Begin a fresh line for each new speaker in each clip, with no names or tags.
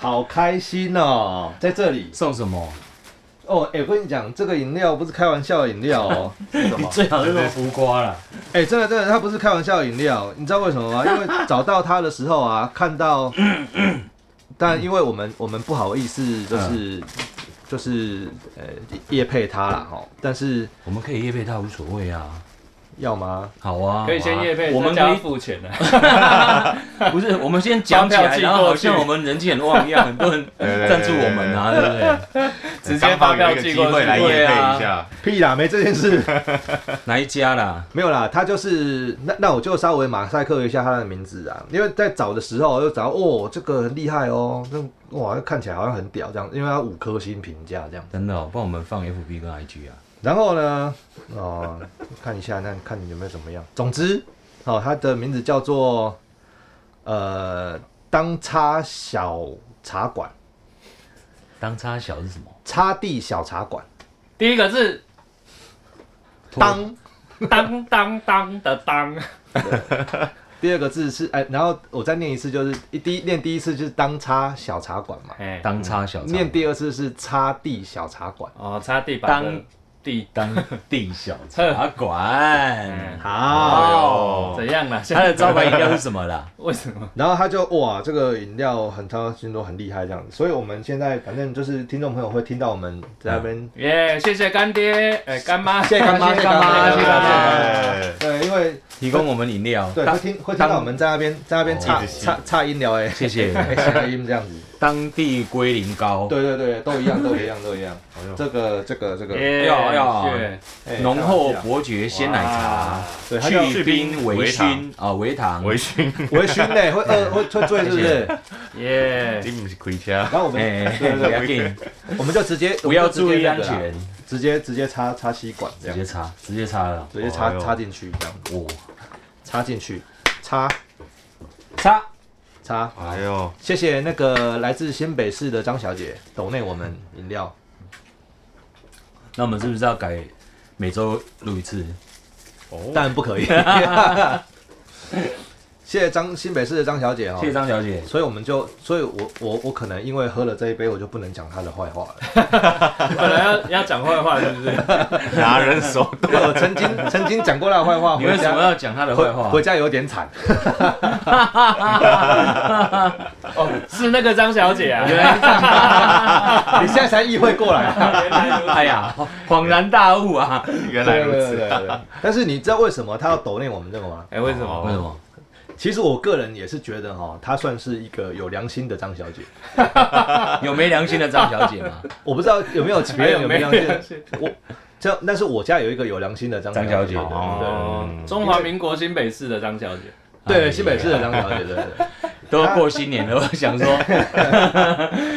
好开心哦，在这里
送什么？
哦。哎、我跟你讲，这个饮料不是开玩笑的饮料哦。
是什
你
么？
最好是送浮瓜啦。
哎、真的真的，它不是开玩笑的饮料，你知道为什么 吗？因为找到它的时候啊，看 到，但因为我们我们不好意思，
嗯
就是、就是呃夜配它啦哈，但是
我们可以夜配他无所谓啊。
要吗？
好啊，
可以先夜
夜
配，
我们
再
可
加
以
付钱的。
不是，我们先讲起
发票
来，
寄
然后好
过去
像我们人气很旺一样，很多人
对对对
赞助我们啊，对不对？
直接
刚
发
好有一个
票寄
机
过去啊
会来验配一下，
屁啦，没这件事，
哪一家啦？
没有啦，它就是那那我就稍微马赛克一下它的名字啊，因为在找的时候又找到哦，这个很厉害哦，那哇看起来好像很屌这样，因为它五颗星评价这样。
真的哦，帮我们放 FB 跟 IG 啊。
然后呢，哦，看一下，那看你有没有怎么样。总之，哦，它的名字叫做呃当差小茶馆，
当差小是什么？
插地小茶馆，
第一个是
当。
当当当的当，
第二个字是哎，然后我再念一次，就是一第一念第一次就是当差小茶馆嘛，
哎，
当差小茶
念第二次是插地小茶馆。
哦，擦地板的
当
地，
当地小茶馆
嗯。
好，
怎样啦？
它的招牌饮料是什么啦？
为什么？
然后他就哇，这个饮料很超新多，很厉害这样子。所以我们现在反正就是听众朋友会听到我们在那边
耶，谢谢干爹，哎，干妈，
谢谢干妈，谢谢干妈，谢谢干妈。
对
对，因为
提供我们饮料。
对，
当
会听会听到我们在那边在那边
哦
差
一直
差差音聊哎，
谢谢
差音这样子。
当地龟苓膏，
对对对，都一样，都一样，都一样。这个这个这个，
耶，
要要
谢啊
哎
浓厚
开玩笑
伯爵鲜奶茶，
对，它叫
去冰微醺啊，微糖。
微醺，
微醺嘞，会饿会会醉是不
谢
是？
耶，
你不是开车，
然后我
哎，
们
哎
对
哎不
对
要
对，
紧，
我们就直接
不要注意安，
我们
全，
就直接这个啦直接直接插插吸管啊这
直
样
接，插，直接插了。
直接
哎
插
呦
插进去这样，
哦，
插进去，插
插，
插。
哎呦，
谢谢那个来自新北市的张小姐，抖内我们饮料。
那我们是不是要改每周录一次？哦
哦
当然不 可以。谢谢张新北市的张小姐哈、
谢谢张小姐，
所以我们就，所以我我我可能因为喝了这一杯，我就不能讲她的坏话了。
本来要要讲坏话是不是？
拿人手，
因为我 曾经曾经讲过她的坏话，
你
回
为什么
家
要讲她的坏
回
话？
回家有点 惨。
哦，是那个张小姐啊，
原来是这样
你现在才意会过来、 啊，
哎呀，恍然大悟啊！
原来如
对对
此，
对对但是你知道为什么她要抖内我们这个吗？
哎，为什么？
为什么？
其实我个人也是觉得哈、她算是一个有良心的张小姐。
有没良心的张小姐吗？
我不知道有没有别人有没有良心，
心？
我这但是我家有一个有良心的张
张
小
小姐
对对对
哦，中华民国新北市的张小姐，
哎
对，新北市的张小姐，对对对，
都过新年了，我 想说，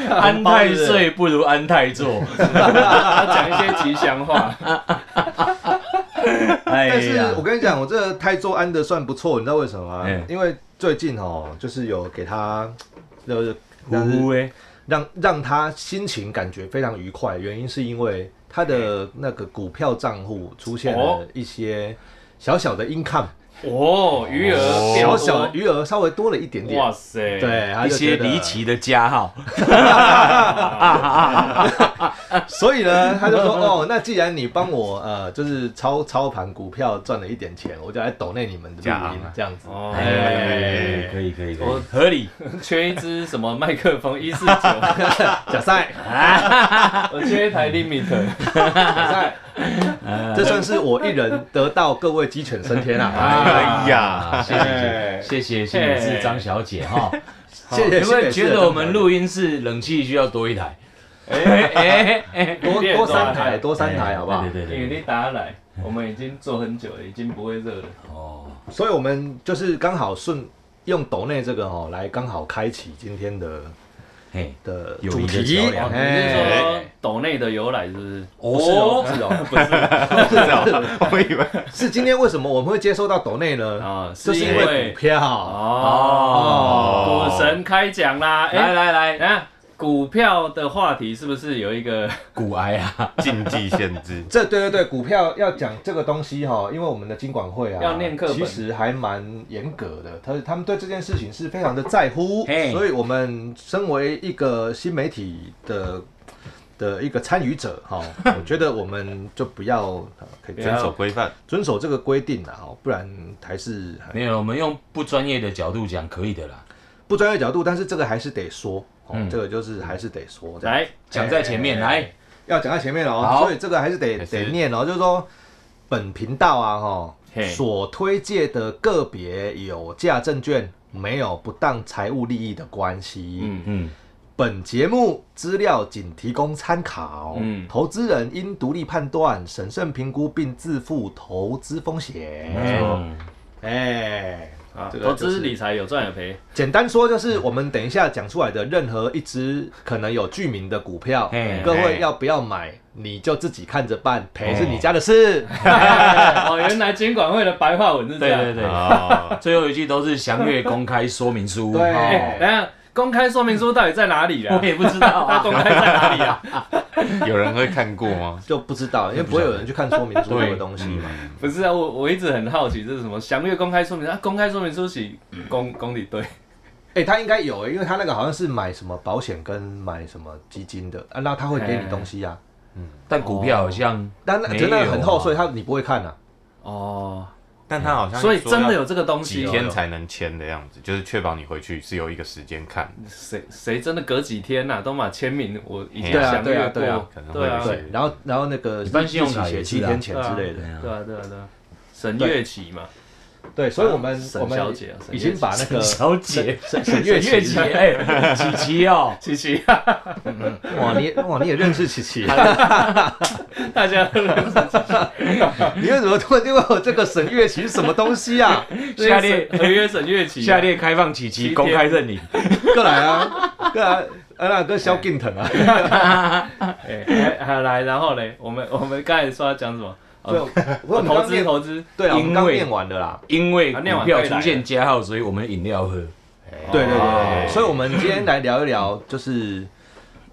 安太岁不如安太 座。
她讲一些吉祥话，
哎
但是
呀
我，跟你讲，我这个台州安的算不错，你知道为什么吗
嗯？
因为最近哦，就是有给他，就是让
呜呜哎，
让让他心情感觉非常愉快，原因是因为他的那个股票账户出现了
哦
一些小小的 income，
哦，余额变
小
多
小的余额稍微多了一点点
哇。塞，
对，他
一
就觉
些
得
离，奇的加号，
所以呢，他就说哦，那既然你帮我呃，就是操操盘股票赚了一点钱，我就来抖内你们的录音
啊
加
这样子。
哦，
哎，
哎
可以可以可
我
以，合理。
缺一支什么麦克 风一四九，
假赛，
我缺一台 limit，
假赛， 这算是我一人得道，各位鸡犬升天 啊！
哎
啊
呀，
谢谢谢谢新北市张小姐哈，
谢谢
哎有没
新
有
北市
觉
的
得
朋
我们
友
录音室冷气需要多一台？哎哎 哎，
多
变
多
多
三
了
台，多三台好不好
对？对
因
对
为
对，
你打来，我们已经做很久了，已经不会热了。
哦，
所以我们就是刚好顺用抖内这个哦，来刚好开启今天的
嘿，
的
友
主
谊的
题
桥。
哦
梁
你是
哎，
说斗内的由来是不是？
不是哦，不是哦， 不
是哦，我以为
是，是今天为什么我们会接收到抖内
哦
呢？
啊，
就是是因
因
为
为
股票。
哦，
哦。
股神开奖啦！
来
哎，
来来，
啊，股票的话题是不是有一个
骨癌啊，
禁忌限制
这对对对，股票要讲这个东西哈，因为我们的金管会啊，
要念课本
其实还蛮严格的，他他们对这件事情是非常的在乎
嘿，
所以我们身为一个新媒体的的一个参与者 哈，我觉得我们就不要呃可以
不
遵
遵
要
守规范，
遵守这个规定啦哦哈，不然还是很
没有，我们用不专业的角度讲可以的啦，
不专业角度，但是这个还是得说，哦
嗯
这个就是还是得说这样
来？
讲在前
哎
面来，
要讲在前面哦，
好
所以这个还是得
还是
得念哦，就是说本频道啊，哈，
嘿
所推介的个别有价证券没有不当财务利益的关系。
嗯
嗯，
本节目资料仅提供参考，
嗯
投资人应独立判断、审慎评估并自负投资风险。
没错
嗯
哎、
啊，
这个
投
就
资
是
理财有赚有赔，
简单说就是我们等一下讲出来的任何一只可能有剧名的股票
嘿，
各
嘿
位要不要买，你就自己看着办，赔是你家的事。
哦，原来监管会的白话文是这
对
样。
对对，
哦，
最后一句都是详阅公开说 明书，
对
哦
哎等一下公开说明书到底在哪里啊
我？也不知道
它
啊，
公开在哪里 啊？
有人会看过吗？
就不知道，因为不会有人去看说 明书
对
这个东西
嗯
嘛。
不是啊，我我一直很好奇这是什么详阅公开说明书啊？公开说明书是公公理对，
哎、他应该有、因为他那个好像是买什么保险跟买什么基金的，啊、那他会给你东西啊。
但股票好像
但那
没
真的很厚，
有啊
所以他你不会看啊。
哦，
但他好像
所以真的
有
有这个东西
几
哦。
天才能签的样子，就是确保你回去是有一个时间看，
谁谁真的隔几天呐、啊都嘛签名，我已经
对
啊
详
对啊
阅
对啊
过，
可能会
对啊，
有
对
对，然后然后那个
一般信用
日期
卡也
写
是
七
啊
天前之类的。
对啊
啊对啊对啊，沈月琪嘛，
对，所以我们
沈
我们
小姐啊沈
已
小
经
姐
把那个
小姐
沈沈月
月
琪
姐，哎，琪琪哦，
琪琪，
哇，你哇你也认识琪琪，
大家都认识
你为什么突然就问我这个沈月琪是什么东西 啊？
下列
合约沈月琪 啊，
下列开放琪琪公开认领，
过来啊，过来，啊那个萧敬腾啊，
哎，还还来，然后嘞，我们我们刚才说要讲什么？
对，
哦，
我我们
投
刚
资
念，
投资，
对啊，我们
因
刚
为
念完的啦。
因为
啊念
股
完可以
票
来了
出现加号，所以我们饮料喝，
哦对对对，
哦
对所以我们今天来聊一聊，就是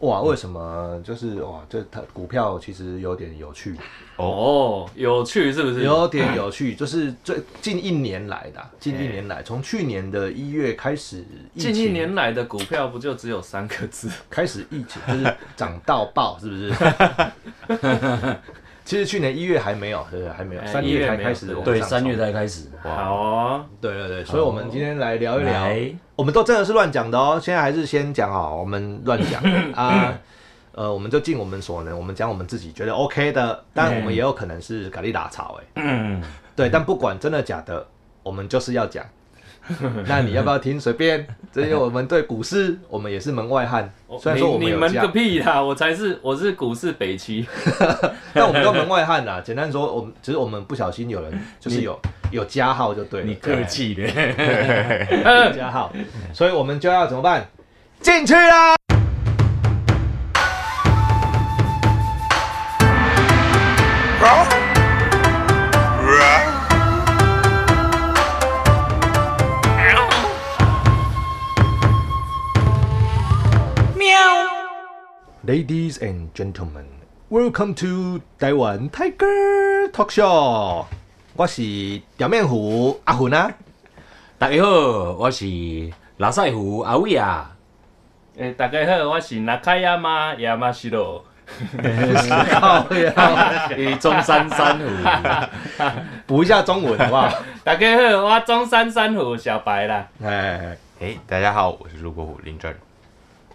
哇，为什么就是哇，这它股票其实有点有趣，
哦，有趣是不是？
有点有趣，就是最近一年来的啊，近一年来，从去年的一月开始，疫情
近一年来的股票不就只有三个字？
开始疫情就是涨到爆，是不 是？其实去年一月还没有，对不对？还没有，
哎
三
一
月
月
才
没有
开始
对
往上冲，
对，三月才开始，
好哦，
对对对，所以我们今天来聊一聊
来，
我们都真的是乱讲的哦。现在还是先讲好，我们乱 讲啊。呃，我们就尽我们所能，我们讲我们自己觉得 OK 的，但我们也有可能是咖喱打草哎、
嗯，
对，但不管真的假的，我们就是要讲。 那你要不要听？随便，这些我们对股市，我们也是门外汉。虽然说我
哦
们
你你
有
们个
讲，
屁啦！我才是我是股市北期，
但我们都门外汉啦。简单说，我们只是我们不小心有人就是有有加号就对了，
你客气的，
有加号，所以我们就要怎么办？进去啦！Ladies and gentlemen, welcome to 台湾 Tiger Talk Show。我是表面虎阿虎啊。
大家好，我是拉塞虎阿伟啊，
哎，大家好，我是纳卡亚马亚马西罗，
靠呀，
与中山 三虎，
补一下中文好不好？
大家好，我中山三虎小白啦。
哎，
哎，大家好，我是陆国虎林专。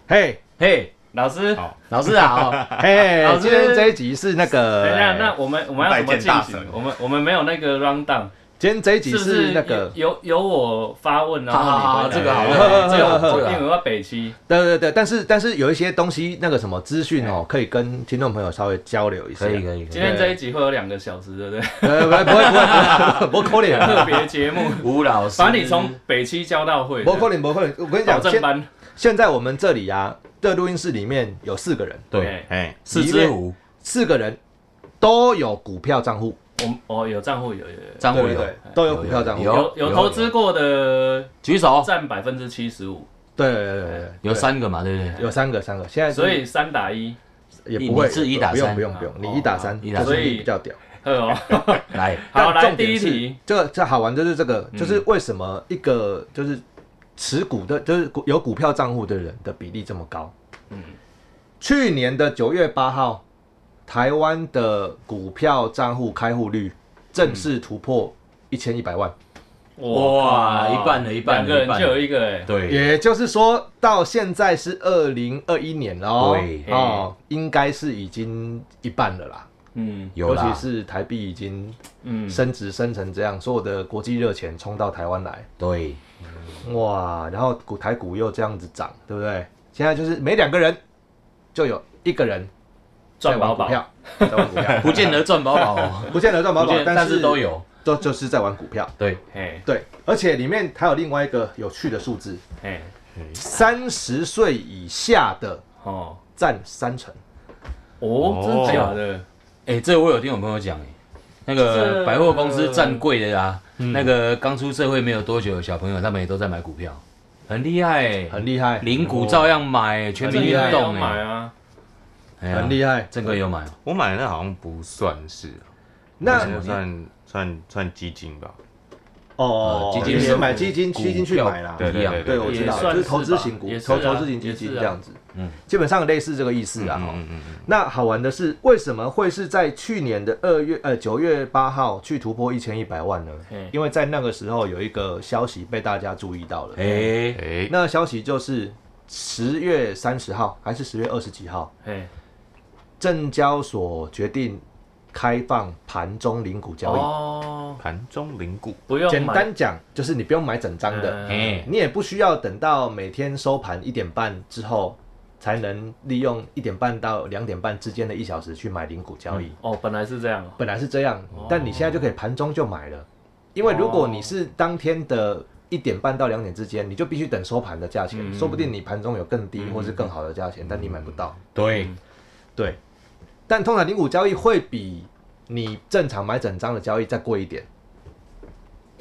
嘿，
嘿，
老师，
好
老师啊哦 好，
嘿
老，师
哎今天这一集是那个，
等一下，那我们我们要怎么
拜见大
进
神
行？我们我们没有那个 round down，
今天这一集
是不
是
是
那个，
由由我发问，然
好好
后
好，
你回
这
答
个
对
好，这个好这
对
个
我
好
因为我北七，
对对对，但是但是有一些东西，那个什么资讯
哎
哦，可以跟听众朋友稍微交流一下。
可以可以可
今
以，
天这一集会有两个小时，对 不对？
呃，不会不会不会，啊不可能，
特别节目，
吴老师，
把你从北七教到会，
不可能，不可能。我跟你
保
讲，
证
现
班，
现在我们这里啊，这录音室里面有四个人，
对
哎，
哎，
四只虎，
四个人都有股票账户，
我哦有账户有有有
张
对
虎
对
有
对，都有股票账户
有。
有有投资过的
举手，
占百分之七十五，
对对对对对，
有三个嘛，对不对？
有三个三个，现
哦
在是
所以三打一，
也不会
你是一打
不用
三啊
不用不用，
哦
你一打三，
一打
就是
三
你比较屌。
呃哦，
哎 来，
好
但
来
重点
第一
是
题，
这个这好玩就是这
嗯
个，就是为什么一个就是持股的，就是股有股票账户的人的比例这么高？
嗯
去年的九月八号，台湾的股票账户开户率正式突破一千一百万，
哇一半了一半了一
两个人
半了
就有一个哎，
对，
也就是说到现在是二零二一年了哦
对，
哦，应该是已经一半了啦，
嗯
有
尤
啦
其，是台币已经
嗯，
升值升成这样，所有的国际热钱冲到台湾来。
对，
哇，然后股台股又这样子涨，对不对？现在就是每两个人就有一个人在
赚
玩
饱
股
饱，
票，在玩股票，
不见得赚饱 饱哦，
不见得赚
不
饱饱
见，得，但
但
是都，有，
都就是在玩股票。
对，
嘿
对，而且里面还有另外一个有趣的数字，
嘿，
三十岁以下的
哦
占三成，
哦，真的假的？
哎，这我有听我朋友讲，哎，那个
这
百货公司站柜的啊，那个刚出社会没有多久的小朋友，他们也都在买股票，很厉害，哎
很厉害，
零股照样买，全民
很
运
厉害
要
动
买
哎，
啊，
哎呀
很厉害。
郑哥有买哦，
我买的那好像不算是，
那
我算算算基金吧，
哦，
基金
你是
是
买基金，基金去买啦。
对
一样
对
对，我知道，
也
就
算
是
是
投资型
吧
股
也，是
投
啊
投资型基金
也是啊
这样子，
嗯
基本上类似这个意思啊。哦
嗯嗯嗯，
那好玩的是，为什么会是在去年的二月呃九月八号去突破一千一百万呢
哎
嗯？
因为在那个时候有一个消息被大家注意到了，
哎，
哎，
那消息就是十月三十号还是十月二十几号，
嘿，
证交所决定开放盘中零股交易。
哦，
盘中零股，
不用
简
买
单讲，就是你不用买整张的，
嗯
哎，
你也不需要等到每天收盘一点半之后，才能利用一点半到两点半之间的一小时去买零股交易。
哦，本来是这样哦，
本来是这样，但你现在就可以盘中就买了，因为如果你是当天的一点半到两点之间，你就必须等收盘的价钱，
嗯
说不定你盘中有更低或是更好的价钱，但你买不到。
对，
对，但通常零股交易会比你正常买整张的交易再贵一点。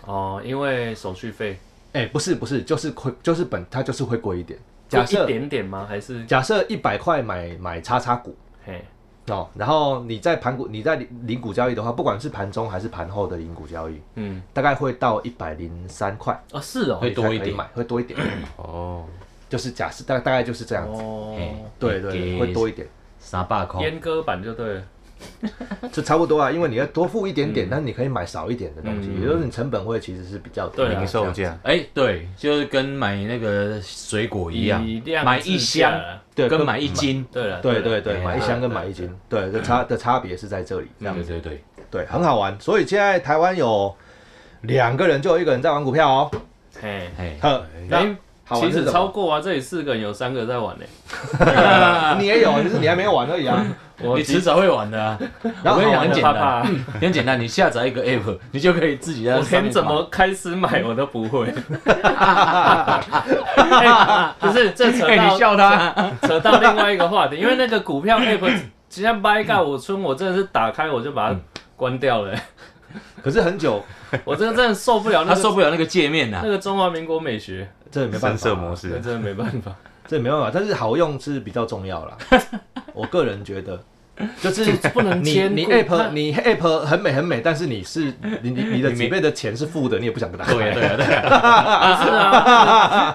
哦，因为手续费
哎、不是不是，就是会就是本它就是会贵一点。假
就
设
一点点吗？还是
假设一百块买买叉叉股
嘿，
哦，然后你在盘股你在零零股交易的话，不管是盘中还是盘后的零股交易，
嗯，
大概会到一百零三块。
哦，是哦，
会多
你
一点
才可以买，会多一点，
哦，
就是假设大大概就是这样子，
哎
哦，，
对对
给
对，会多一点，
三百块，
阉割版就对了，
就差不多啊，因为你要多付一点点，但是你可以买少一点的东西，也就是你成本会其实是比较低
对啊
零售，价，
哎，对，就是跟买那个水果一样
以量，
买
制
一
价
箱，
啦，
对，
跟买一斤，
对了，
对
了
对对，
哎
买一箱跟买一斤，对，这差的差别是在这里，这样
对
子，
对对，
对，很好玩，所以现在台湾有两个人就有一个人在玩股票哦，
嘿，
哎，
呵，那
哎，
好玩
其
是
实
什
超
么？
过啊，这里四个人有三个在玩呢，
你也有，只是你还没有玩而已啊，
我
你迟早会玩的啊。
然后
我跟你
好玩
讲很
的
简
怕
单
怕，
很简单，你下载一个 app，你就可以自己在
我
上
连
面
怎
买
么开始买我都不 会。哎不是，这扯
哎、
到
你笑他，
扯到另外一个话题，因为那个股票 app 今天掰到我村，我真的是打开我就把它关掉了，
可是很久，
我这个真的受不了，
他
那个
受不了那个界面呐、啊
那个中华民国美学，
这也没办法
三色
啊，
模
这
式
真的没办法。
这也没办法，但是好用是比较重 要啦，我个人觉得。
就是不能
你
兼
你
顾
app
它
你 app 很美很美，但是你是你你你的几倍的钱是负的，你也不想跟他
对啊，
开。
对啊，对啊，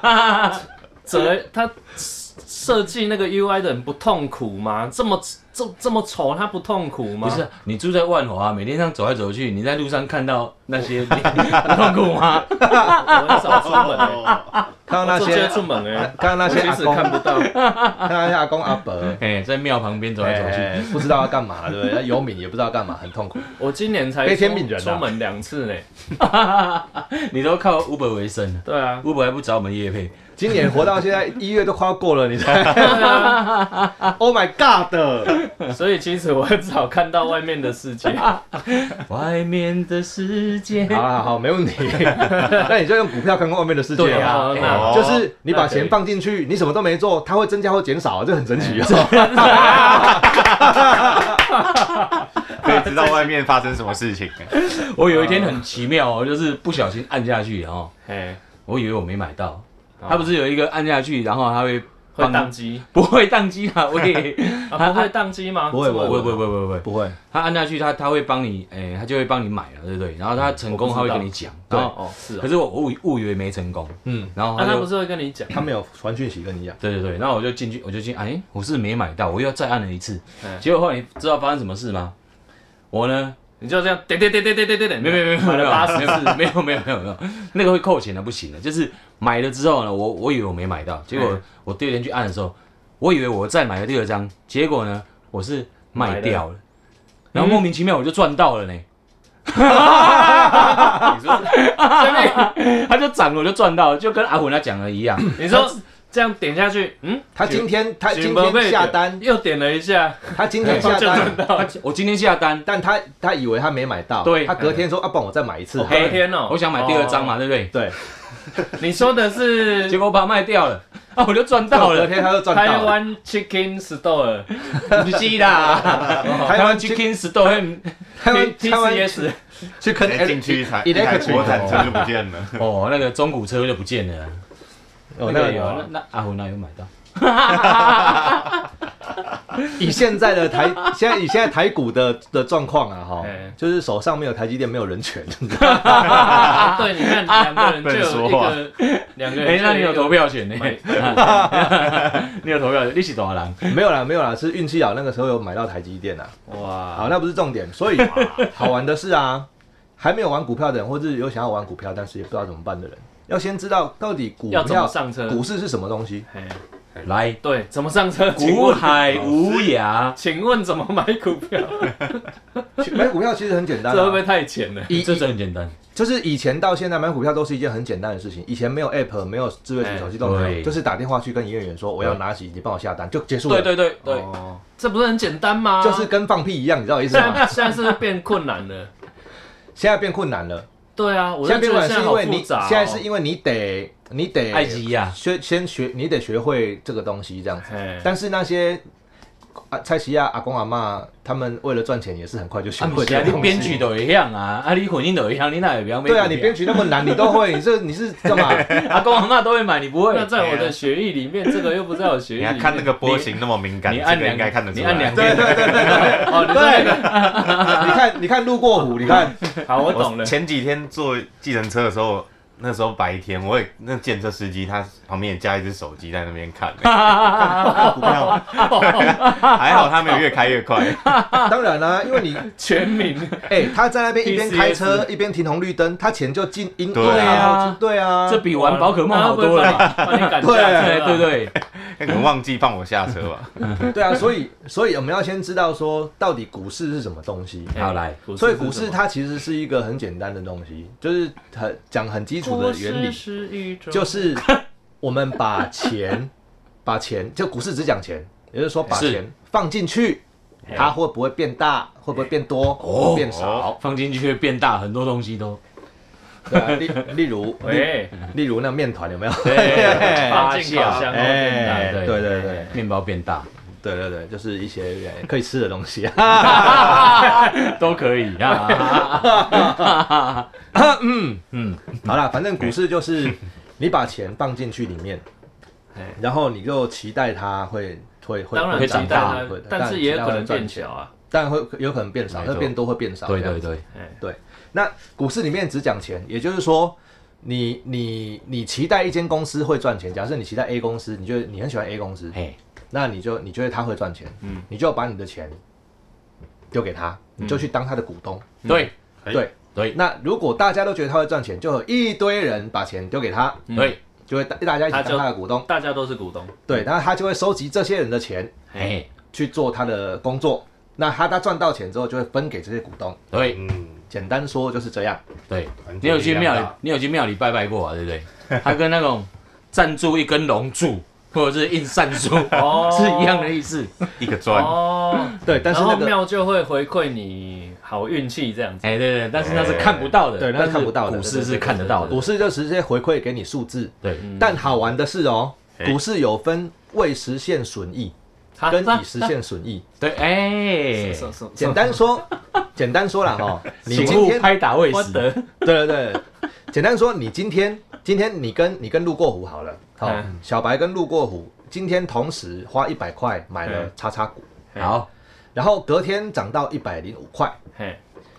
不是啊，折他设计那个 UI 的人不痛苦吗？这么这这么丑，他不痛苦吗？
不是，你住在万华、啊每天这样走来走去，你在路上看到那些，你 你痛苦吗？
我很少出门、欸，
看到那
我最
些
近出门哎、欸，
看到那些
我
阿
其实
公，
看
看
不到。
到那些阿公阿伯，
哎、在庙旁边走来走去，
哎不知道要干嘛，对不对？游民也不知道干嘛，很痛苦。
我今年才
悲天
出
悯人啊
出门两次呢、哎
你都靠 Uber 为生
对啊，
，Uber 还不找我们业 配，
今年活到现在一月都快要过了，你才，Oh my God！
所以其实我很少看到外面的世界。
外面的世界。
好好好，没问题。那你就用股票看看外面的世界
对啊
哦
哎
那
哦
就是你把钱
那可以
放进去，你什么都没做，它会增加或减少，这很神奇啊。
可以知道外面发生什么事情。
我有一天很奇妙哦，就是不小心按下去哦，
哎，
我以为我没买到，它不是有一个按下去，然后它会
会
帮
宕机
不会宕机啊，我 也
啊？不会宕机吗？
不会
这么
不会
不
不会不会不会，
不会，
它按下去它它会帮你，哎，它就会帮你买了，对不对？然后它成功
我
它
不知道
会跟你讲，
对
然后
哦，是
可
哦。
是我误以误以为没成功，
嗯，
然后
那
它
他
就
不是会跟你讲？
他没有传讯息跟你讲，
对对对，然后我就进去，我就进，哎，我是没买到，我又再按了一次
嗯，
结果后来你知道发生什么事吗？我呢，
你就这样点点点点点点点点，
没有没有没有
买了八十
没有没有没有没有没有，那个会扣钱的不行的，就是买了之后呢，我我以为我没买到，结果
嗯
我第二天去按的时候，我以为我再买了第二张，结果呢，我是卖掉了，
嗯
然后莫名其妙我就赚到了呢，
你说
嗯
它就涨了我就赚到了，就跟阿虎他讲的啊一 样，
你说这样点下去，嗯，
他今天他
请
今
宝贝
天下单，
又点了一下，
他今天下单，
我今天下单，
但他他以为他没买到，
对
他隔天说啊，不然我再买一次
哦，隔天哦，
我想买第二张嘛，对不对？
对，
哦。你说的是
结果我把它卖掉了，啊，我就赚到
隔
了，
天他就赚
台
到了。
湾 Chicken Store
不是啦，
哦
台湾
台湾
去
Chicken Store
台湾台
，T T
湾
S
去跟
哎进去一台一台
electric
国产车就不见了，
哦，那个中古车就不见了。
哦，
那
那
个
个
有
有
啊，那那阿虎那有买到？
以现在的台，现在以现在台股的的状况啊，哈
哎，
就是手上没有台积电，没有人权，
啊，对，你看两个人 就有一个，两个人就一个，
哎，那你有投票权呢
买？
你有投票权，你是多少人？
没有啦，没有啦，是运气好，那个时候有买到台积电啊。
哇，
好，那不是重点， 所以好玩的是啊，还没有玩股票的人，或是有想要玩股票但是也不知道怎么办的人，要先知道到底股
要怎么
票、
上车？
股市是什么东 西。
嘿
来，
对，怎么上车？请
古
问，
海无涯，
请问怎么买股票？
其买股票其实很简单、
这会不会
啊，
太浅了？
这这很简单。
就是以前到现在买股票都是一件很简单的事情。以前没有 app，没有智慧型手机都没
哎
对
有，就是打电话去跟营业员说我要拿起，你帮我下单就结束了。
对对对对，
哦，这不是很简单吗？
就是跟放屁一样，你知道我意思
现
吗？
在现在是不是变困难了？
现在变困难了，
对啊，我
现
就
在
觉
变困难
得现在
是因
好
为你
复杂哦。
现在是因为你得你得
爱基亚
学先学，你得学会这个东西这样子。
啊嘿
但是那些啊，蔡奇亚阿公阿妈他们为了赚钱也是很快就学
啊，不
会
是
这
啊，
个
你
东
编
西。
曲都一样啊，啊，你混音都一样，你哪会不要买？
对啊，你编曲那么难，你都会，你这你是干 嘛？
阿公阿妈都会买，你不会哎
那？在我的学历里面，这个又不在我学历
你
里面。
看看那个波形那么敏感，
你
这
按
个
两
应该看得出
你
来。
按两
对
遍，
对对对，
哦，你说
对你看你看路过虎，你看
那个好，我懂了。
前几天坐计程车的时候，那时候白天，我也那建车司机他旁边也架一只手机在那边看、股票还好他没有越开越快。
当然啦、因为你
全民
哎、他在那边一边
TCS
开车一边停红绿灯，他钱就进因
对
啊
对啊，
这比玩宝可梦好多了吧？
吧？把你赶下车
对
啊
对对对，
那可能哎忘记放我下车吧。
对啊，所以所以我们要先知道说到底股市是什么东西。
好来，
所以股市它其实是一个很简单的东西，就是很讲很基础的原理，
理
就是我们把钱 把钱就股市只讲钱，也就是说哎把
是
钱放进去，它会不会变大，会不会变多，会不会变少？
放进去会变大，很多东西都
对啊，例例如例
喂，
例如那面团有没有？
放进烤箱
哎哎
哦，
对
对
对对对
面包变大
对对对，就是一些呃可以吃的东西。
都可以啊。
好啦，反正股市就是 你把钱放进去里面
哎，
然后你就期待它会会会
当然
会
期待
长大
它，
会
但是也有可能变，
期待
小啊。
它会赚钱但会有可能变少，
没错
会变多会变少。
对
这样
对对，
哎，
那股市里面只讲钱，也就是说，你你你期待一间公司会赚钱，假设你期待 A 公司，你觉得你很喜欢 A 公司，
嘿，
那你就你觉得它会赚钱，
嗯
你就把你的钱丢给他，你就去当他的股东。
对
哎
对
对
那如果大家都觉得他会赚钱，就有一堆人把钱丢给他，
嗯
对，
就会大大家一起当他的股东，
大家都是股东，
对，然后他就会收集这些人的钱
嘿，
去做他的工作，那他他赚到钱之后就会分给这些股东，
对
嗯，
简单说就是这样。
对。你有去庙里，你有去庙里拜拜过啊？对不对？他跟那种赞助一根龙柱或者是印善 柱
哦
是一样的意思。
一个砖，
哦，
对， 但是
然后
那个
庙就会回馈你好运气这样子。
哎，对对，但是那是看不到的，
对那是
但是
看不到的
股市是看得到的
股。市就直接回馈给你数字，
对，
嗯
但好玩的是哦，
哎
股市有分未实现损益
啊
跟
啊
已实现损益。
对，哎，
什什
简单说， 简 单说了哈，你
请
今
勿
天
拍打位
我
时。
的
对对对，简单说，你今天今天你跟你跟路过虎好了，好、
嗯
小白跟路过虎今天同时花一百块买了
嗯
叉叉股，
嘿
好，
然后隔天涨到一百零五块，
嘿，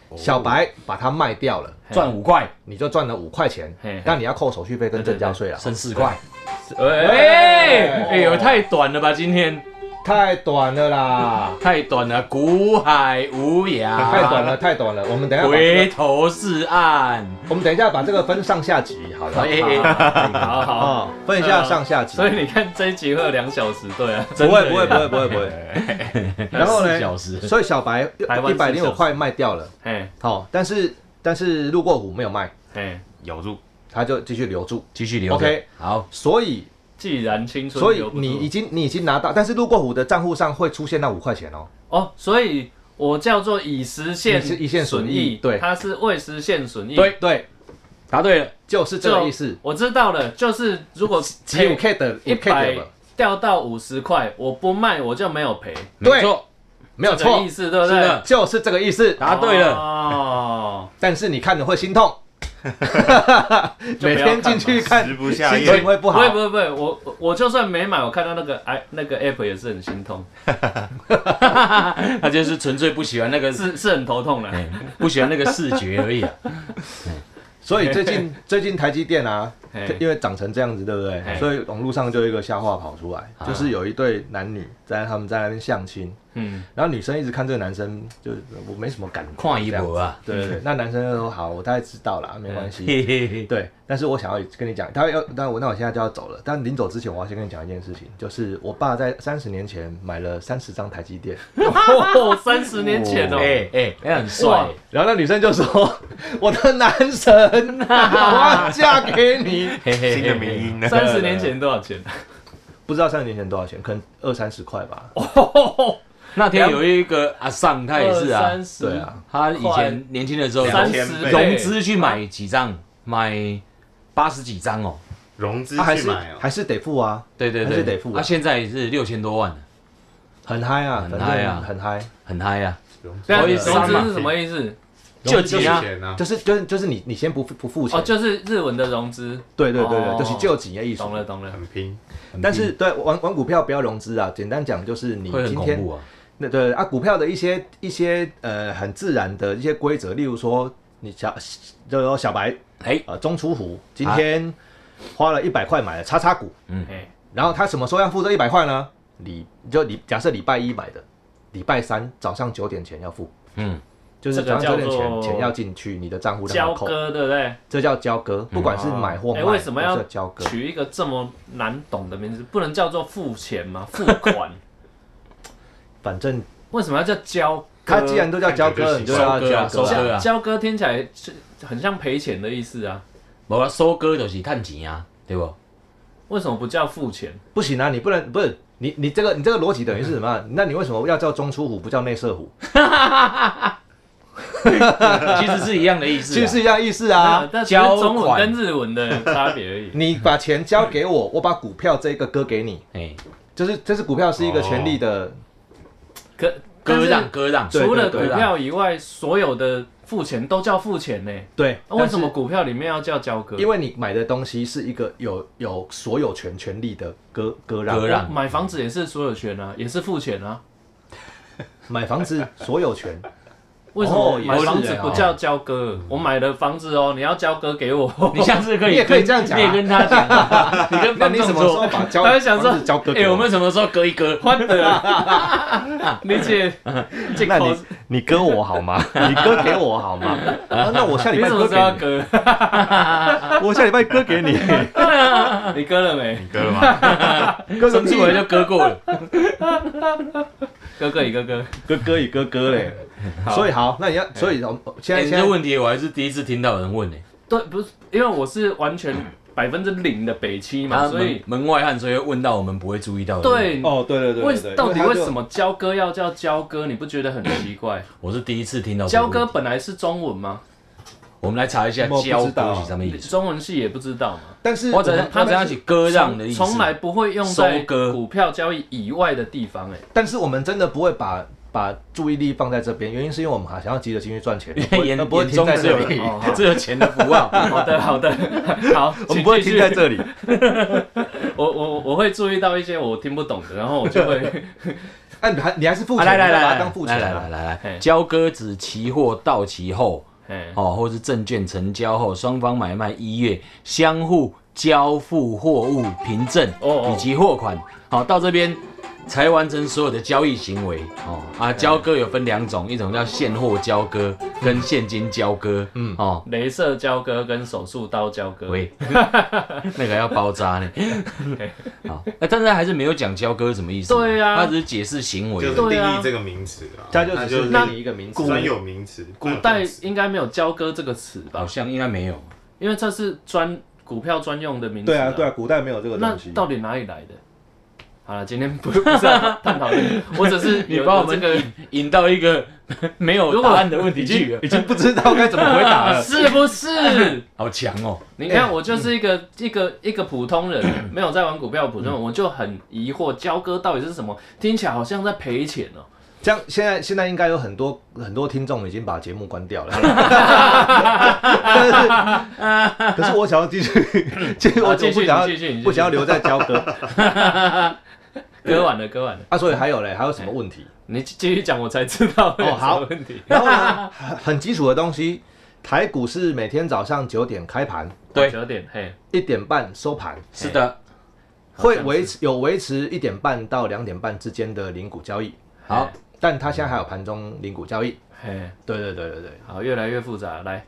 哦
小白把它卖掉了，
嘿
赚五块，
你就赚了五块钱
嘿嘿，
但你要扣手续费跟证交税啊，
剩四块。
哎喂，
哦
哎，哎呦，太短了吧？今天
太短了啦，
太短了，苦海无
啊
涯，
太短了，，太短了，我们等一下把这
回
个，
头是岸。
我们等一下把这个分上下集好了，
哎
好 好好好，
哦，分一下上下集，
所以你看这一集会有两小时，对啊，
不会不会不会不会不会， 然后
四小
呢，
时
所以小白
台
一
湾
百
是
零五块卖掉了。
嘿，
好、但是但是路过虎没有卖，
嘿，
咬住，
他就继续留住，
继续留着。
OK
好，
所以
既然青春
所以
留不住，
你已经你已经拿到，但是路过虎的账户上会出现那五块钱哦，
哦，所以我叫做已实现
你是已现损益对
它是未实现损益，
对
对，
答对了，
就是这个意思，
我知道了，就是如果
只有 K 的
一
一 K
百
的，
掉到五十块，我不卖我就没有赔，
对
没错，
没有
这个
错
意，思对不
是的
对？
就是这个意思。
答对了。
哦，
但是你看了会心 痛，每天进去看，
食
心
不下
情
咽。
会不
不
好
会不。会不会，我我我就算没买，我看到那个哎那个 app 也是很心痛，
他就是纯粹不喜欢那个，
是是很头痛的。
哎不喜欢那个视觉而 已啊。
所以最 近最近台积电啊，
嘿
因为长成这样子，对不对？
嘿
所以网络上就有一个笑话跑出来，
啊
就是有一对男女在他们在那边相亲，
嗯，
然后女生一直看这个男生，就是我没什么感觉，
看一博啊，
对对对， 那男生就说好，我大概知道啦，没关系。
嘿嘿嘿，
对，但是我想要跟你讲，他要，但我那我现在就要走了。但临走之前，我要先跟你讲一件事情，就是我爸在三十年前买了三十张台积电，
哦，三十年前哦，
哎哎，那很
哇
帅，
然后那女生就说：“我的男神、 啊，我要嫁给你。
嘿嘿嘿
新的迷音呢？
三十年前多少钱？”
不知道三十年前多少钱，可能二三十块吧。
那天有一个阿尚，他也是啊
二，三十
对啊，
他以前年轻的时候
两
融
三
千
十
倍
融资去买几张，买八十几张哦。
融资
他、啊还
去
是
买哦，
还是得付啊，
对对
还
对，
是得付啊
他现在是六千多万，
很嗨啊，反
很嗨
正
啊
很嗨。
很嗨啊。
融
对啊，
我
融
也
资
是啊
是什么意思？
就
几
几啊，
钱啊？
就是就是就是你你先不付不付钱，
哦，就是日文的融资，
对对对对，
哦
就是救急的意思。
懂了懂了。
很拼，
但是对玩玩股票不要融资啊，简单讲就是你
会很
今
恐
天
怖啊。
那对啊，股票的一些一些呃很自然的一些规则，例如说你小就是说小白
哎，
呃中出虎今天花了一百块买了叉叉股，
嗯
哎，
然后他什么时候要付这一百块呢？礼就礼假设礼拜一买的，礼拜三早上九点前要付，
嗯，
就是
这个
早上九
叫
点前
做
钱要进去你的账户让
交
他扣，
割对不对？
这叫交割，不管是买或卖，
哎为什么要
都叫交割？
取一个这么难懂的名字，不能叫做付钱吗？付款
反正
为什么要叫交割？
他既然都叫交割，你就要交
收割啊收
割
割
啊。
对啊
交割听起来是很像赔钱的意思啊，
无啦，收割就是趁钱啊，对不？
为什么不叫付钱？
不行啊，你不能不是你你这个你这个逻辑等于是什么
嗯
啊？那你为什么要叫中出虎不叫内射虎？
其实是一样的意思啊。
其实是一样意思
啊
啊，。
但只是中
交
文
款
跟日文的差别 而已。
你把钱交给我，我把股票这一个割给你，
哎，
就是这是股票是一个权利
哦
的，
可
割
但
让
是
割让，
对
除了
割
股
让
票以外，所有的付钱都叫付钱呢。
对。
啊那为什么？股票里面要叫交割？
因为你买的东西是一个有有所有权权利的割割让，
割让
买房子也是所有权啊，也是付钱啊。
买房子所有 权，
为什么
哦
啊
买房
也
子
是
不叫交割？我买了房子哦，你要交割给我。
你下次可以
你也可以
跟
这样讲啊
你也跟他讲啊，你跟
那
观
你
众
什么时候
说，
把交
他会想说
房子交割给
哎，我们什么时候割一割？
换的， 你姐，这
那
口
你你割我好 吗？你割给我好吗？啊那我下
你
礼拜
什么
割
时候要
给
割？
你，我下礼拜割给 你，
你割了没？
你割了吗？
割个
生
屁
出来就割过了。
哥哥，你哥哥，
哥哥与哥哥嘞，
好
所以好，那你要，所以我们现
哎
在
你
现
这
在
问题我还是第一次听到有人问呢。
对，不是，因为我是完全百分之零的北七嘛，
他嗯
所以
门门外汉，所以会问到我们不会注意到的。，
对，
哦，对对对，
为到底为什
么？
么交割要叫交割？你不觉得很奇怪？
我是第一次听到这个
交
问题
割，本来是中文吗？
我们来查一下
我不知道
交割是什么意思。
中文系也不知道嘛。
但是
我只能
他
我
们
只要
是
起割让的意思，
从从来不会用在
收割
股票交易以外的地方、哎，
但是我们真的不会把把注意力放在这边，原因是因为我们还想要急着进去 赚钱，
因
而不
为
会
眼
而不会
眼
停
中
在
只
这
有
里，
哦好
只有钱的符号。
好的，好的， 好，
我们不会停
请继续
在这 里。
我我我会注意到一些我听不懂的，然后我就 会
哎，你还你还是付
啊
钱，
来来
你要
来
把
来
它当付钱
来
啊
来来来，
嘿
交割子期货到期后，
嘿
哦，或是证券成交后，双方买卖一月相互交付货物凭证
哦哦
以及货款，好、到这边才完成所有的交易行为。哦啊，交割有分两种，一种叫现货交割跟现金交割。嗯哦，
镭射交割跟手术刀交割。
喂，那个要包扎呢。好，那但是还是没有讲交割什么意思。
对啊
他只是解释行为
就
而
是
已。
定
对啊
义这个名词啊，
它就只是
那
另一个名词。
专有名词，
古代应该没有交割这个词吧
好？像应该没有。
因为这是专股票专用的名字、
对啊，对啊，古代没有这个
那
东西。
到底哪里来的？好了，今天不不是要探讨这个，我只 是
你
有
把我
有
们
这个
引到一个 没有
如果
答案的问题去了，
已经不知道该怎么回答 了。
啊是不 是？
好强哦！
你
哎
看，我就是一个一个一个普通人，没有在玩股票的普通
嗯
人，我就很疑惑交割到底是什么，听起来好像在赔钱哦、
这样现在现在应该有很多很多听众已经把节目关掉了， 但是 可是我想要继续， 继续
好
我
继
就
续
不想
你继续
要
你继续
不想要留在交割
割完了，割完了，
啊，所以还有嘞，还有什么 问题？
你继继续讲，我才知道
哦好
有什么问题。
然后呢，很很基础的东西，台股是每天早上九点开盘，
对
哦九点，嘿，
一点半收盘，
是的，
会维持有维持一点半到两点半之间的零股交易，
好，
但它现在还有盘中零股交易。
嘿，
对对对对对，
好，越来越复杂，来，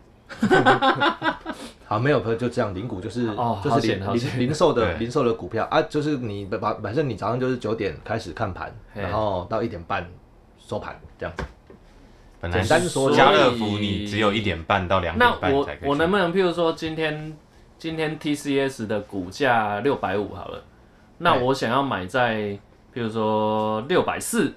好，没有朋友就这样，零股就是
哦
就
好
是
险
零
好
零
险
零售的
对
零售的股票啊，就是你把反正你早上就是九点开始看盘，
嘿
然后到一点半收盘这样子。
本来
简单说
家乐福你只有一点半到两
那
点半
我
才可以。
我能不能，譬如说今天今天 TCS 的股价六百五好了，那
对
我想要买在譬如说六百四，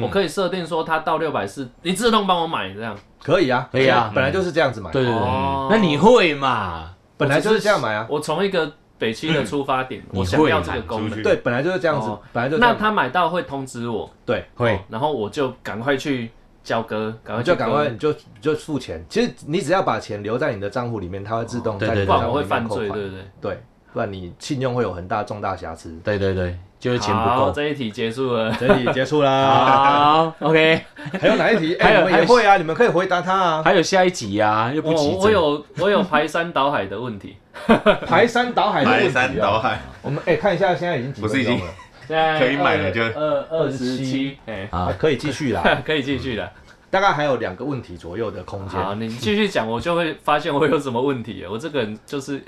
我可以设定说它到六百四，你自动帮我买这样。
可以啊，
可以啊
本来就是这样子买，
对对对
哦，
那你会嘛？
本来就是这样买啊，
我从一个北区的出发点，
你
我想要
会
这
买
个功
出
能
去。
对，本来就是这样子
哦，
本来就是这
那
样买。
他买到会通知我，
对，
哦
会
然后我就赶快去交割，赶快
你
去
就赶快，你就你就付钱。其实你只要把钱留在你的账户里面，它会自动
对
在你
对
的
割，
账
对
不然
户
我会
里面
犯
扣
罪，
款
对不对？
对，不然你信用会有很大重大瑕疵。
对对对，就是钱不
好，
够。
这一题结束了。
整体结束 啦，
好，OK，
还有哪一题？哎
还有
你们
还
也
有
会啊，你们可以回答他啊。
还有下一集啊，又
我
不急
哦我
着。
有我有排山倒海的问题，
排山倒海的问题
排
啊
山倒海，
我们哎、看一下，现在已经几
不是
分
已
钟
经
了，
现在
可以买了就
哎
二 二十七，哎，
啊
啊，
可以继续啦，
可以继续了。
大概还有两个问题左右的空间。
好，你继续讲，我就会发现我有什么问题了。我这个人就是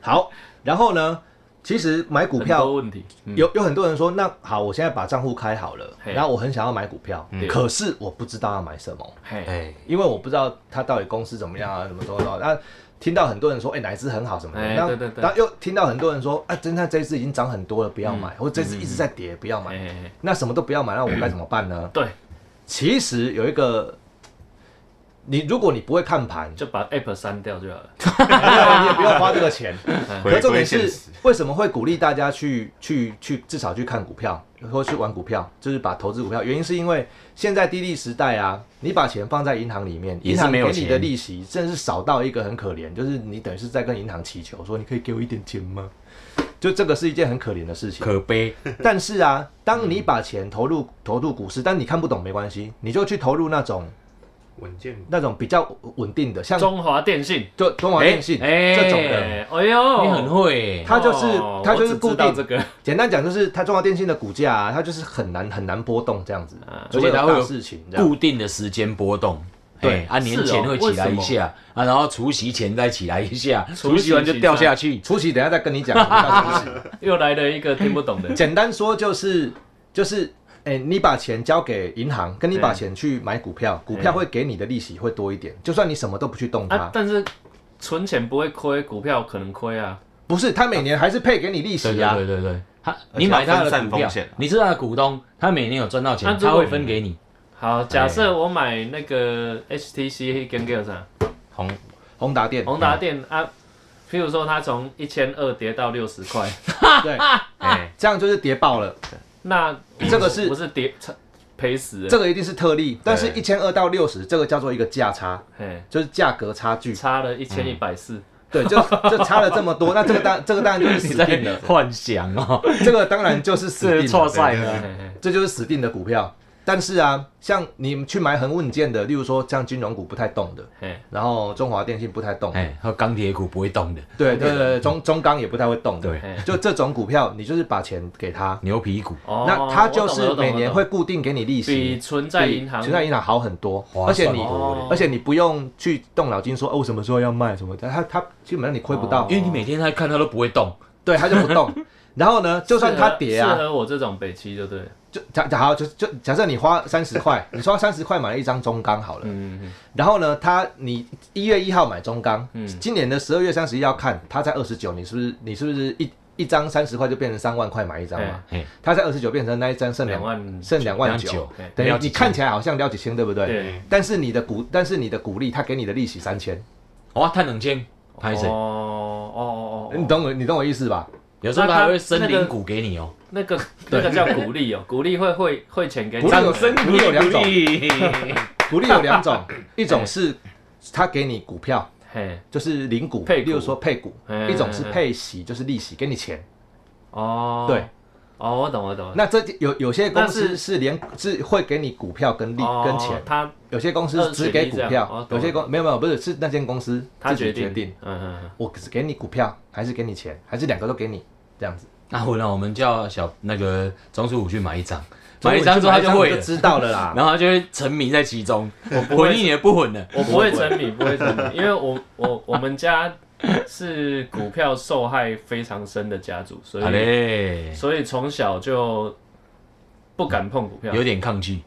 好，然后呢，其实买股
很多
票
问题，嗯
有有很多人说，那好，我现在把账户开好了，
嘿
然后我很想要买股票，
嗯
可是我不知道要买什么，
嘿，
哎，
因为我不知道它到底公司怎么样啊，什么什么什么。那听到很多人说，哎、哪一只很好什么的，
哎
然后
对对对
然后又听到很多人说，啊，真的这一只已经涨很多了，不要
嗯
买，或者这只一直在跌，不要买。
哎，
那什么都不要买，那我该怎么办呢？
对，
其实有一个，你如果你不会看盘，
就把 app 删掉就好了。
你也不用花这个 钱。哎可
回
重
归
点
现
是
实。，
为什么会鼓励大家去去去至少去看股票，或去玩股票，就是把投资股票？原因是因为现在低利时代啊，你把钱放在银行里面，
也是
银行
没有
给你
钱
的利息真的是少到一个很可怜，就是你等于是在跟银行祈求说，你可以给我一点钱吗？就这个是一件很可怜的事情。
可悲。
但是啊，当你把钱投入投入股市，但你看不懂没关系，你就去投入那种
稳健
那种比较稳定的，像
中华电信，
就中华电信
哎
这种的。
哎，哎呦，
你很会，
它就是
哦
它就
我
是
只
固
知道
定
这个，
简单讲就是，它中华电信的股价啊，它就是很难很难波动这样子
啊，
除非有
而且它会
大
有
事情这样。
固定的时间波动。
对
对，啊，年前会起来一下，啊，然后除夕前再起来一下，除
除夕
夕完就掉下去。
初期等一下再跟你 讲什么大事情。。
又来了一个听不懂 的
简单说就是就是，哎、你把钱交给银行，跟你把钱去买股票，
哎
股票会给你的利息会多一点，就算你什么都不去动它，
啊，但是存钱不会亏，股票可能亏啊。
不是它每年还是配给你利
对
息
对
啊。
对对对，他
而且
你买他
要分
的
散
股票
风险啊，
你是他的股东，他每年有赚到
那
钱，
如果
他会分给你。
好，假设我买那个 HTC 跟叫啥
红
宏达电，
宏达电啊，譬如说它从一千二跌到六十块，
对，
哎，
这样就是跌爆了。
那
这个是
不是跌差赔死
这
了，
个一定是特例，但是一千二到六十，这个叫做一个价差，
嘿，
就是价格差距。
差了一千一百四，
对，就就差了这么多，那这个当这个当然就是
你
死定
在
了，
幻想哦，
这个当然就是死
这
定
是错
了，
赛
嘿
了。
嘿
这就是死定的股票。但是啊，像你们去买很稳健的，例如说像金融股不太动的，
嘿，
然后中华电信不太动的，
哎，和钢铁股不会动的，
对对对，
嗯
中中钢也不太会动的，
对
嘿，
就这种股票，你就是把钱给他，
牛皮股。
哦
那它就
我懂了
是
我懂了
每年会固定给你利
比
息，
存在银行，哦
存在银行好很多，
划
而且
算
你
多了
而且你不用去动脑筋说哦，我什么时候要卖什么的，它它基本上你亏不到
哦，
因为你每天在看它都不会动，
对，它就不 动。然后呢，就算它跌
适合
啊，
适合我这种北七就对了，
就假假好就就假设你花三十 块，你花三十块买了一张中钢好了，
嗯，嗯
然后呢，它你一月一号买中钢，
嗯
今年的十二月三十一号看它在二十九，你是不是你是不是一一张三十块就变成三万块买一张嘛？
哎，
它在二十九变成那一张剩两
两万
剩两万九，
对
等于你看
起
起来好像了几千，对不对？
对，
但是你的股，但是你的股利，它给你的利息三千，
哇，探冷哦千，拍谁
哦？哦哦哦，
你懂我，你懂我意思吧？
有时候
那
它
它
还会生
那个
灵股给你哦。
那个那个叫鼓励哦，鼓励会汇汇钱给你，
鼓励有鼓励有两种
种，
股利有两 种，一种是它给你股票，
嘿，
就是零股，
配股
例如说配股
嗯；
一种是配息，就是利息，给你钱。
哦，
对，
哦，我懂我懂，
那这有有些公
那
司
是
是连是会给你股票跟利
哦
跟钱，
他
有些公司
二
只
选
给
一
股
这样
票
哦，
有
懂
些公没有没有不是是那间公司
他
自己
决
决定，，
嗯嗯嗯，
我只给你股票还是给你钱，还是两个都给你这样子。
那我呢，我们叫小那个钟叔武去买一张，买一张之后他就会
就
了，
知道了 啦。
然后他就会沉迷在其中，
不会
混一也不混了。
我不会沉迷，不会沉迷，因为我我我们家是股票受害非常深的家族，所
好
以
嘞，
所以从小就不敢碰股票
有，点抗拒，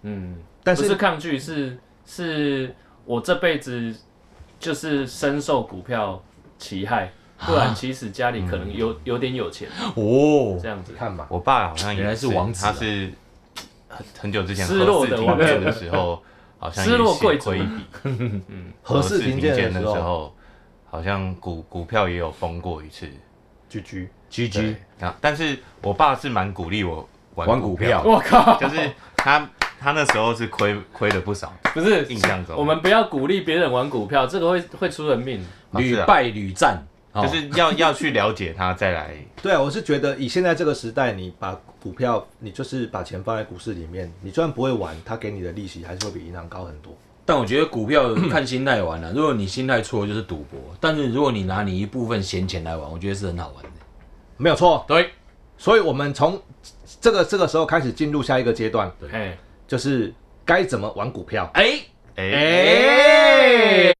嗯，
但
不是
是
抗拒，是是我这辈子就是深受股票其害，不然其实家里可能有有点有钱
哦
这，样子
你，看嘛，
我爸好像也
原来是王子啊
他是很很久之前
失落
何
的
氏
王
庭
子
见的时候，好像
失落贵
也
族
亏一笔。
何氏
平
评鉴
的
的
时
时候，
候，好像股股票也有崩过一次。
居居
居居
对，啊，但是我爸是蛮鼓励我玩
玩股
股
票，，
我靠，
就是他他那时候是亏亏了不少，
不是
印象中
我们不要鼓励别人玩股票，这个会会出人命。
啊
屡
是啊
败屡战，哦
就是要要去了解他再来。
对啊，我是觉得以现在这个时代，你把股票，你就是把钱放在股市里面，你就算不会玩，它给你的利息还是会比银行高很多。
但我觉得股票 看心态玩了、如果你心态错就是赌博，但是如果你拿你一部分闲钱来玩，我觉得是很好玩的。
没有错，
对，
所以我们从这个这个时候开始进入下一个阶段，
哎，
就是该怎么玩股票。
哎、
哎、
哎